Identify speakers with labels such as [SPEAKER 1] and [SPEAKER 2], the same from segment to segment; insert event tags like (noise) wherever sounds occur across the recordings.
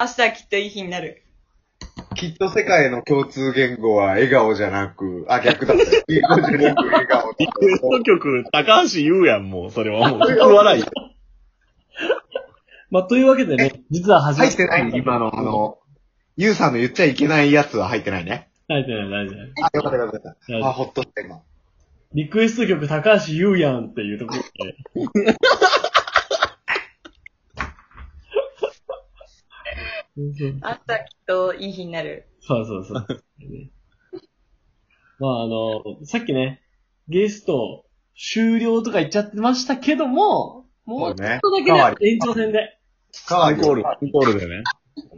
[SPEAKER 1] 明日はきっといい日になる。
[SPEAKER 2] きっと世界の共通言語は笑顔じゃなく、あ、逆 (laughs) だった。言語じゃなく笑顔
[SPEAKER 3] リクエスト曲、高橋優やん、もう、それはもう、ずっと笑い。
[SPEAKER 4] (laughs) まあ、というわけでね、実は始ま
[SPEAKER 2] 入ってない今の、あの、ゆうさんの言っちゃいけないやつは入ってないね。
[SPEAKER 4] 入ってない、大丈夫。
[SPEAKER 2] あ、よかったよかっ
[SPEAKER 4] 大
[SPEAKER 2] た。あ、ほっとした今。
[SPEAKER 4] リクエスト曲、高橋優やんっていうところで。
[SPEAKER 3] (laughs)
[SPEAKER 4] そう
[SPEAKER 1] 明日はきっといい日になる。
[SPEAKER 4] そうそう。まあ、あの、さっきね、ゲスト終了とか言っちゃってましたけども、も
[SPEAKER 2] そうう
[SPEAKER 4] ちょっ
[SPEAKER 2] ね。
[SPEAKER 4] とだけ
[SPEAKER 3] 代わ
[SPEAKER 4] ね、延長戦で。
[SPEAKER 2] か
[SPEAKER 3] ア
[SPEAKER 2] わい
[SPEAKER 3] ン
[SPEAKER 2] い。
[SPEAKER 3] コール、アンコールだよね。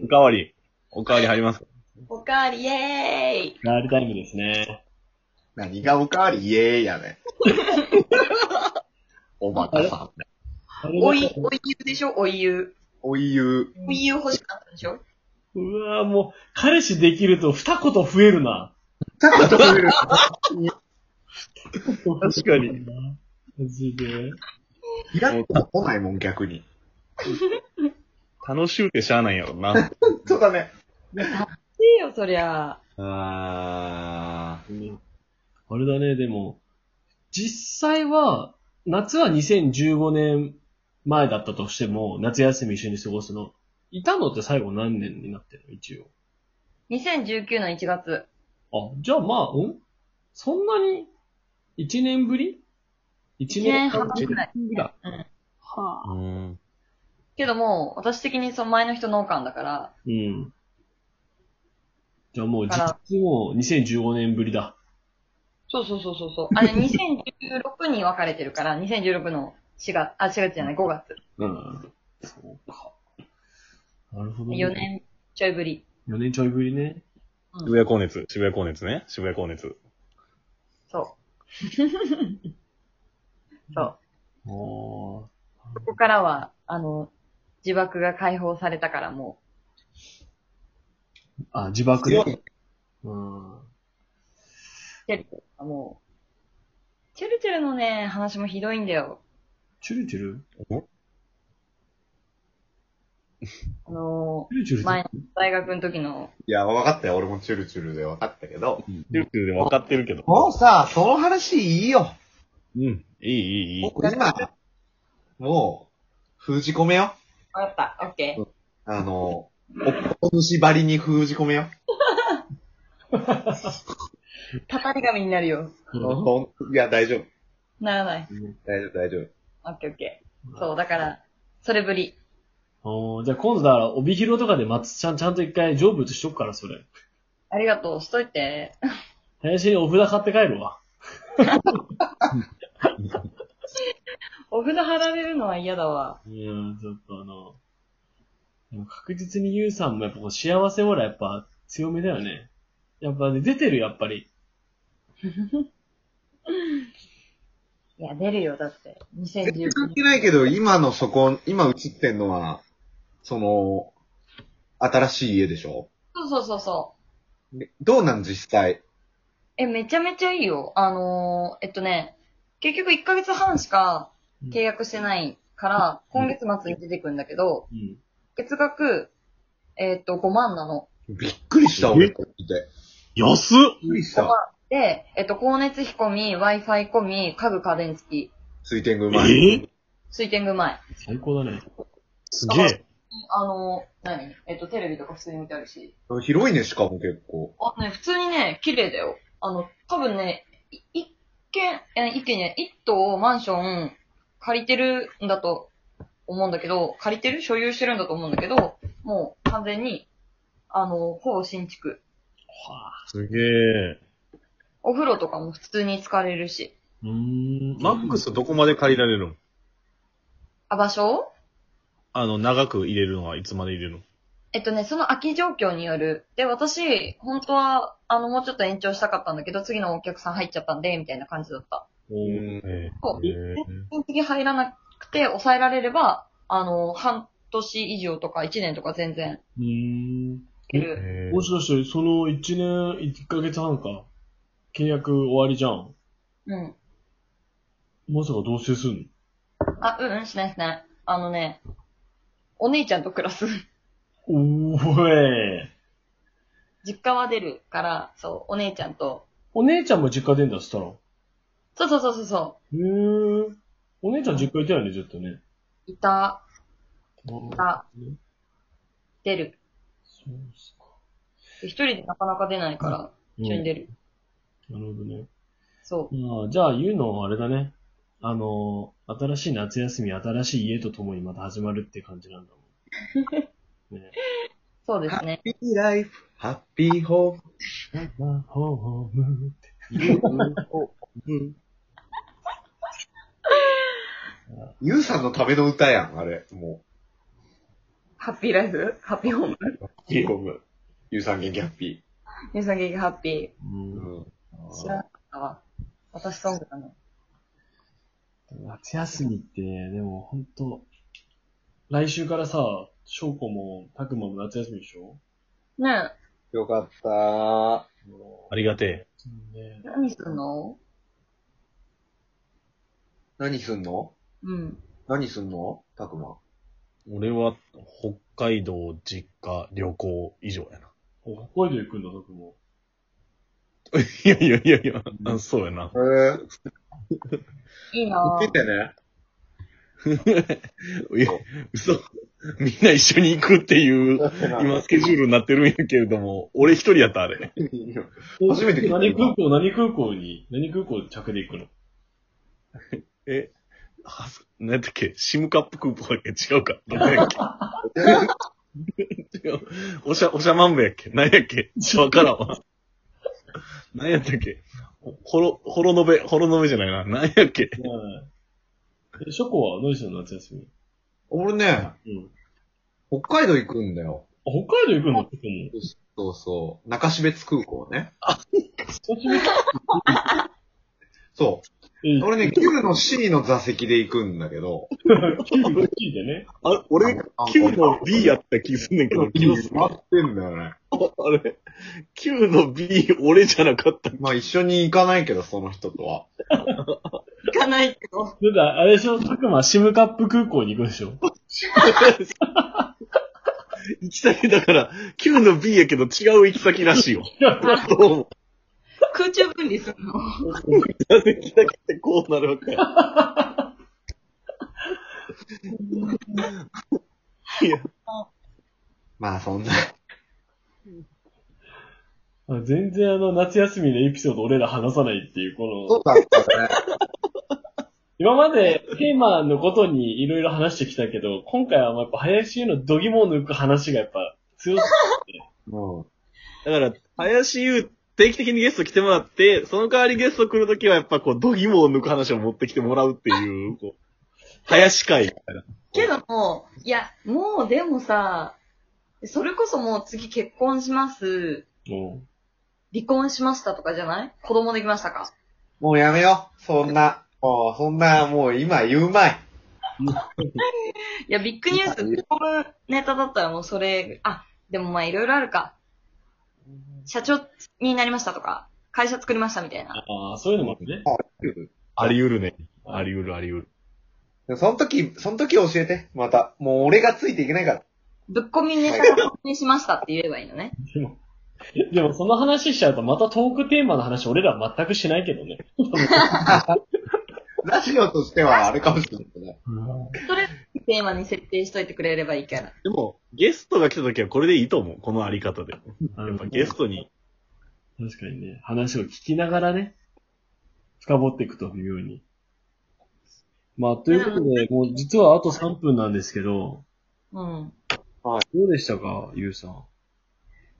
[SPEAKER 3] おかわり、おかわり入りますか
[SPEAKER 1] おかわりイエーイ
[SPEAKER 4] ガールタイムですね。
[SPEAKER 2] 何がおかわりイエーイや (laughs) ね。おばたさん。
[SPEAKER 1] おい、おいゆでしょおいゆ。
[SPEAKER 2] おいゆ
[SPEAKER 1] おいゆ欲しかったでしょ
[SPEAKER 4] うわぁ、もう、彼氏できると二言増えるな。
[SPEAKER 3] 確かに。
[SPEAKER 4] マジで。
[SPEAKER 2] う。イラッとも来ないもん、逆に。
[SPEAKER 3] 楽しゅうてしゃあないやろ (laughs) な。
[SPEAKER 2] そうだね。
[SPEAKER 1] いいよ、そりゃ。
[SPEAKER 2] あ
[SPEAKER 4] あれだね、でも、実際は、夏は2015年前だったとしても、夏休み一緒に過ごすの。いたのって最後何年になってるの一
[SPEAKER 1] 2019年1月。
[SPEAKER 4] 応。あ、じゃあまあ、うんそんなに、一年ぶり一
[SPEAKER 1] 1年半
[SPEAKER 4] ぶり
[SPEAKER 1] くらい。
[SPEAKER 3] だ。
[SPEAKER 1] はあ、
[SPEAKER 3] うん。
[SPEAKER 1] けどもう、私的にその前の人農館だから、
[SPEAKER 4] うん。じゃあもう
[SPEAKER 1] だから
[SPEAKER 4] 実質もう2015年ぶりだ。
[SPEAKER 1] そうそうそうそう。そうあれ、2016に分かれてるから、2016の4月、あ、4月じゃない、5月。
[SPEAKER 4] うん。そうか。なるほど、ね。
[SPEAKER 1] 4。年ちょいぶり。
[SPEAKER 4] 4年ちょいぶりね。
[SPEAKER 3] 渋谷高熱、渋谷高熱ね。渋谷高熱。
[SPEAKER 1] そう。そう。
[SPEAKER 4] おー。
[SPEAKER 1] ここからは、あの、自爆が解放されたからも
[SPEAKER 4] あ、自爆
[SPEAKER 2] 強
[SPEAKER 4] ね。
[SPEAKER 2] い。
[SPEAKER 4] うん。
[SPEAKER 1] う、チェルチェルはもう、チェルチェルのね、話もひどいんだよ。
[SPEAKER 4] チュルチュル
[SPEAKER 1] あの
[SPEAKER 4] チュルチュル
[SPEAKER 1] ー、前の大学の時の、
[SPEAKER 2] いや、分かったよ。俺もチュルチュルで分かったけど。
[SPEAKER 3] チュルチュルでも分かってるけど。
[SPEAKER 2] もうさ、その話いいよ。
[SPEAKER 3] うん。いい、いい、いい。
[SPEAKER 2] 僕今、もう、封じ込めよ。
[SPEAKER 1] わかった、オッケー。
[SPEAKER 2] あの、おっこ主ばりに封じ込めよ。
[SPEAKER 1] 畳紙になるよ。
[SPEAKER 2] ほんいや、大丈夫。
[SPEAKER 1] ならない。
[SPEAKER 2] 大丈夫、大丈夫。
[SPEAKER 1] オッケーオッケー。そう、だから、それぶり。
[SPEAKER 4] おーじゃあ今度だから、帯広とかで松ちゃんちゃんと一回成仏しとくから、それ。
[SPEAKER 1] ありがとう、しといて。 (laughs)
[SPEAKER 4] 林にお札買って帰るわ。
[SPEAKER 1] お札貼られるのは嫌だわ。
[SPEAKER 4] いやー、ちょっとあの、でも確実にゆうさんもやっぱこう幸せオーラやっぱ強めだよね。やっぱね、出てる、やっぱり。
[SPEAKER 1] いや、出るよ、だって。2019
[SPEAKER 2] 全然関係
[SPEAKER 1] 年。
[SPEAKER 2] ないけど、今のそこ、今映ってんのは、その、新しい家でしょ
[SPEAKER 1] そうそうそうそう。
[SPEAKER 2] でどうなん実際。
[SPEAKER 1] え、めちゃめちゃいいよ。あのー、えっとね、結局1ヶ月半しか契約してないから、
[SPEAKER 4] うん
[SPEAKER 1] 今月末に出てくんだけど、
[SPEAKER 4] うん。
[SPEAKER 1] 月額、えっと、5万なの。
[SPEAKER 2] びっくりした、俺。
[SPEAKER 3] え
[SPEAKER 2] びっく
[SPEAKER 3] 安っ
[SPEAKER 2] りし
[SPEAKER 1] 5万
[SPEAKER 2] た。。
[SPEAKER 1] で、えっと、光熱費込み、Wi-Fi 込み、家具家電付き、
[SPEAKER 2] 水天宮前。
[SPEAKER 3] え
[SPEAKER 1] 水天宮前。
[SPEAKER 4] 最高だね。
[SPEAKER 3] すげえ。
[SPEAKER 1] あのー、何えっと、テレビとか普通に見てあるし。
[SPEAKER 2] 広いね、しかも結構。
[SPEAKER 1] あのね、普通にね、綺麗だよ。あの、多分ね、い一軒、え、一軒ね、一棟マンション借りてるんだと思うんだけど、借りてる所有してるんだと思うんだけど、もう完全に、あの、ほぼ新築。
[SPEAKER 4] は
[SPEAKER 3] すげえ。
[SPEAKER 1] お風呂とかも普通に使れるし。
[SPEAKER 4] ぁ。うーん。
[SPEAKER 3] マックスどこまで借りられるの
[SPEAKER 1] あ、場所
[SPEAKER 3] あの、長く入れるのはいつまで入れるの
[SPEAKER 1] えっとね、その空き状況による。で、私、本当は、あの、もうちょっと延長したかったんだけど、次のお客さん入っちゃったんで、みたいな感じだった。
[SPEAKER 4] お
[SPEAKER 2] う
[SPEAKER 4] ー
[SPEAKER 2] ん
[SPEAKER 3] え
[SPEAKER 1] そう
[SPEAKER 3] え
[SPEAKER 1] 次入らなくて抑えられれば、あの、半年以上とか1年とか全然
[SPEAKER 4] うーん。
[SPEAKER 1] いける。
[SPEAKER 3] え
[SPEAKER 4] もしかして、その1年1ヶ月半か。契約終わりじゃん。
[SPEAKER 1] うん。
[SPEAKER 4] まさか同棲すんの
[SPEAKER 1] あ、うんうん、しないしない。あのね、お姉ちゃんと暮らす。 (laughs)
[SPEAKER 4] おーい。
[SPEAKER 1] 実家は出るから、そう、お姉ちゃんと。
[SPEAKER 4] お姉ちゃんも実家出んだ、そしたら。へ
[SPEAKER 1] そうそうそうそうそ
[SPEAKER 4] ー。お姉ちゃん実家いたよね、ずっとね。
[SPEAKER 1] う。いた、い
[SPEAKER 4] あ
[SPEAKER 1] た、出る。
[SPEAKER 4] そうですか。
[SPEAKER 1] で一人でなかなか出ないから、
[SPEAKER 4] うん
[SPEAKER 1] 一緒に出る。
[SPEAKER 4] なるほどね。
[SPEAKER 1] そう。
[SPEAKER 4] まあ、じゃあ言うのはあれだね。あの、新しい夏休み、新しい家と共にまた始まるって感じなんだも
[SPEAKER 1] (laughs)
[SPEAKER 4] ん。ね、
[SPEAKER 1] そうですね。
[SPEAKER 2] ピーライフ、ハッピーホーム。
[SPEAKER 4] まあホームって。
[SPEAKER 2] ゆうさんのための歌やん、あれ。も
[SPEAKER 1] ハッピーライフハッピーホーム
[SPEAKER 2] う。ピーホーム。ゆうさん元気ハッピ
[SPEAKER 1] 皆さん元気ハッピ
[SPEAKER 4] う
[SPEAKER 2] ー。
[SPEAKER 4] ん、
[SPEAKER 2] うん。
[SPEAKER 1] ー。知らなかったわ。私ソングだね。
[SPEAKER 4] 夏休みって、でも本当来週からさ、翔子も、たくまも夏休みでしょ
[SPEAKER 1] ねえ、
[SPEAKER 2] よかったー。
[SPEAKER 3] ありがて
[SPEAKER 4] ね
[SPEAKER 1] 何するの
[SPEAKER 2] 何すんの
[SPEAKER 1] うん。
[SPEAKER 2] 何すんのたくま。
[SPEAKER 3] え。俺は、北海道、実家、旅行、以上やな。
[SPEAKER 4] 北海道行くんだ、たくも。
[SPEAKER 3] いやいやいやいや、あそうやな。
[SPEAKER 2] えー、
[SPEAKER 1] いいな
[SPEAKER 2] 言っ
[SPEAKER 1] ぁ。
[SPEAKER 2] ててね。
[SPEAKER 3] (laughs) いや、嘘。みんな一緒に行くっていう、今スケジュールになってるんやけれども、俺一人やった、あれ。
[SPEAKER 2] 初めて聞いた
[SPEAKER 4] 何空港、何空港に、何空港着で行くの
[SPEAKER 3] え、はす、なんだっけ、シムカップ空港だっけ違うか。どこやっけ違う。おしゃ、おしゃまんべやっけ何やっけちょ、わからんわ。何やったっけほろ、ほろのべ、ほろのべじゃないな。何やっけ
[SPEAKER 4] はい。えショコは何してんの夏休み。
[SPEAKER 2] (laughs) 俺ね、
[SPEAKER 4] うん。
[SPEAKER 2] 北海道行くんだよ。
[SPEAKER 4] あ北海道行くんだ、たくも。
[SPEAKER 2] (laughs) そうそう。中標津空港ね。そ
[SPEAKER 4] え
[SPEAKER 2] う。俺ね、9の C の座席で行くんだけど。
[SPEAKER 4] 9、9でね。
[SPEAKER 3] あ、俺、9の B やった気すんねんけど、
[SPEAKER 2] に座ってんだよね。
[SPEAKER 3] あれ、9の B、俺じゃなかった。
[SPEAKER 2] まあ一緒に行かないけど、その人とは。
[SPEAKER 1] 行かないけど。
[SPEAKER 4] だってあれでしょたくま、シムカップ空港に行くでしょ
[SPEAKER 3] 行き先だから、9の B やけど違う行き先らしい (laughs) よ。どうも。
[SPEAKER 1] 空中分離するの
[SPEAKER 3] 座席だけってこうなるわけや。いや、
[SPEAKER 2] まあそんな。
[SPEAKER 4] あ全然あの、夏休みのエピソード俺ら話さないっていう、この、
[SPEAKER 2] そうだったね。
[SPEAKER 4] 今までテーマのことにいろいろ話してきたけど、今回はやっぱ林の度肝を抜く話がやっぱ強す
[SPEAKER 2] うん。
[SPEAKER 3] だから、林優、定期的にゲスト来てもらって、その代わりゲスト来るときはやっぱこう、度肝を抜く話を持ってきてもらうっていう、こう、林会みたいな。
[SPEAKER 1] けどもう、いや、もうでもさ、それこそもう次結婚します、
[SPEAKER 3] (laughs)
[SPEAKER 4] ぎる。うん。
[SPEAKER 1] 離婚しましたとかじゃない子供できましたか
[SPEAKER 2] もうやめよう。そんな。もうそんな、もう今言うまい。
[SPEAKER 1] いや、ビッグニュースぶっ込むネタだったらもうそれ、あ、でもまあいろいろあるか。社長になりましたとか、会社作りましたみたいな。
[SPEAKER 4] ああ、そういうのもあるね。
[SPEAKER 3] あり得るね。あり得る、あり得る。
[SPEAKER 2] でもその時、その時教えて。また。もう俺がついていけないから。
[SPEAKER 1] ぶっ込みネタがにしましたって言えばいいのね。
[SPEAKER 4] でも、でもその話しちゃうとまたトークテーマの話俺ら全くしないけどね。
[SPEAKER 2] ラジオとしてはあれかもしれないけど。
[SPEAKER 1] それ、テーマに設定しといてくれればいいから。
[SPEAKER 3] でも、ゲストが来たときはこれでいいと思う。このあり方で。やっぱゲストに。
[SPEAKER 4] 確かにね、話を聞きながらね、深掘っていくというように。まあ、ということで、もう実はあと3分なんですけど、
[SPEAKER 1] うん。
[SPEAKER 4] どうでしたか、ゆうさん。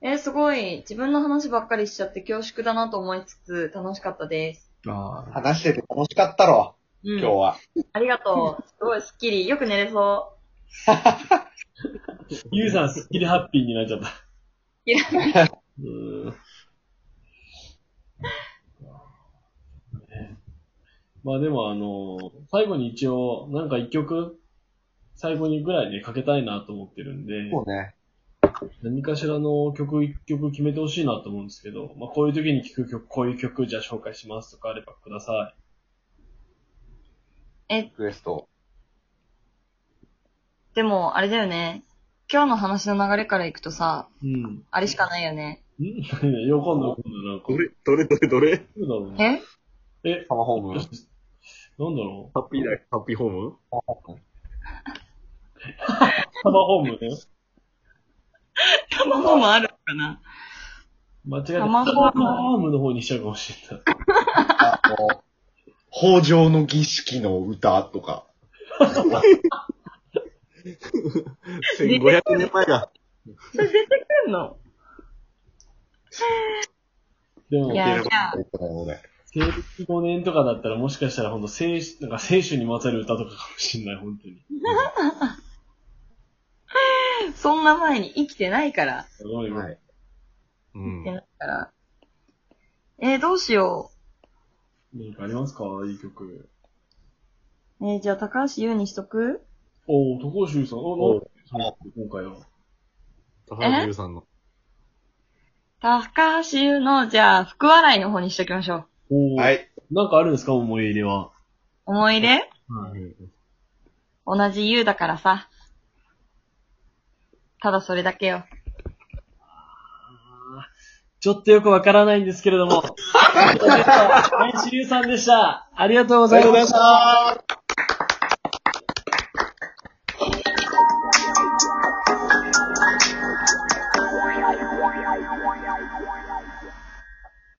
[SPEAKER 1] えーすごい。自分の話ばっかりしちゃって恐縮だなと思いつつ、楽しかったです。
[SPEAKER 4] あ
[SPEAKER 2] 話してて楽しかったろ。
[SPEAKER 1] うん。
[SPEAKER 2] 今日は。
[SPEAKER 1] ありがとう。すごいスッキリ。よく寝れそ
[SPEAKER 4] ゆうさん、すっきりハッピーになっちゃった。
[SPEAKER 1] いや
[SPEAKER 4] うーん。ねまあでもあの、最後に一応、なんか一曲、最後にぐらいでかけたいなと思ってるんで、
[SPEAKER 2] そうね。
[SPEAKER 4] 何かしらの曲一曲決めてほしいなと思うんですけど、まあこういう時に聴く曲、こういう曲じゃあ紹介しますとかあればくださ
[SPEAKER 1] う。え、
[SPEAKER 2] リクエスト。
[SPEAKER 1] でも、あれだよね。今日の話の流れからいくとさ、
[SPEAKER 4] うん。
[SPEAKER 1] あれしかないよね。
[SPEAKER 4] ん (laughs) よかんない、今度なんか。
[SPEAKER 3] どれ、どれどれどれ
[SPEAKER 4] どうだろうな
[SPEAKER 1] え
[SPEAKER 4] え、
[SPEAKER 2] マホーム。
[SPEAKER 4] なんだろう。
[SPEAKER 3] ハッピーライフ、ハッピーホーム (laughs)
[SPEAKER 4] タマホームね。
[SPEAKER 1] タマホームあるかな
[SPEAKER 4] 間違えた。
[SPEAKER 1] タマホーム
[SPEAKER 4] タマホームの方にしちゃうかもしれない。
[SPEAKER 2] あの、北条の儀式の歌とか。
[SPEAKER 3] ?1500 年前が。
[SPEAKER 1] あるの
[SPEAKER 4] でも
[SPEAKER 1] い、やじゃあ
[SPEAKER 2] 言ってない俺
[SPEAKER 4] 生理5年とかだったらもしかしたらほんと聖書、なんか聖書にまつわる歌とかかもしれない、本当に。
[SPEAKER 1] そんな前に生きてないから。
[SPEAKER 4] すごいわ。
[SPEAKER 2] はい。
[SPEAKER 3] うん。
[SPEAKER 1] だから。えー、どうしよ
[SPEAKER 4] なんかありますかいい曲。
[SPEAKER 1] う。えー、じゃあ高橋優にしとく
[SPEAKER 4] おー、高橋優さん。あ、
[SPEAKER 2] お
[SPEAKER 4] なん今回は。
[SPEAKER 3] 高橋優さんの。
[SPEAKER 1] 高橋優の、じゃあ、福笑いの方にしときましょう。
[SPEAKER 4] おー、
[SPEAKER 2] は。い。
[SPEAKER 4] なんかあるんですか思い入れは。
[SPEAKER 1] 思い出
[SPEAKER 3] うん
[SPEAKER 1] 同じ優だからさ。ただそれだけよ。
[SPEAKER 4] ちょっとよくわからないんですけれども。高橋優さんでした。ありがとうございました。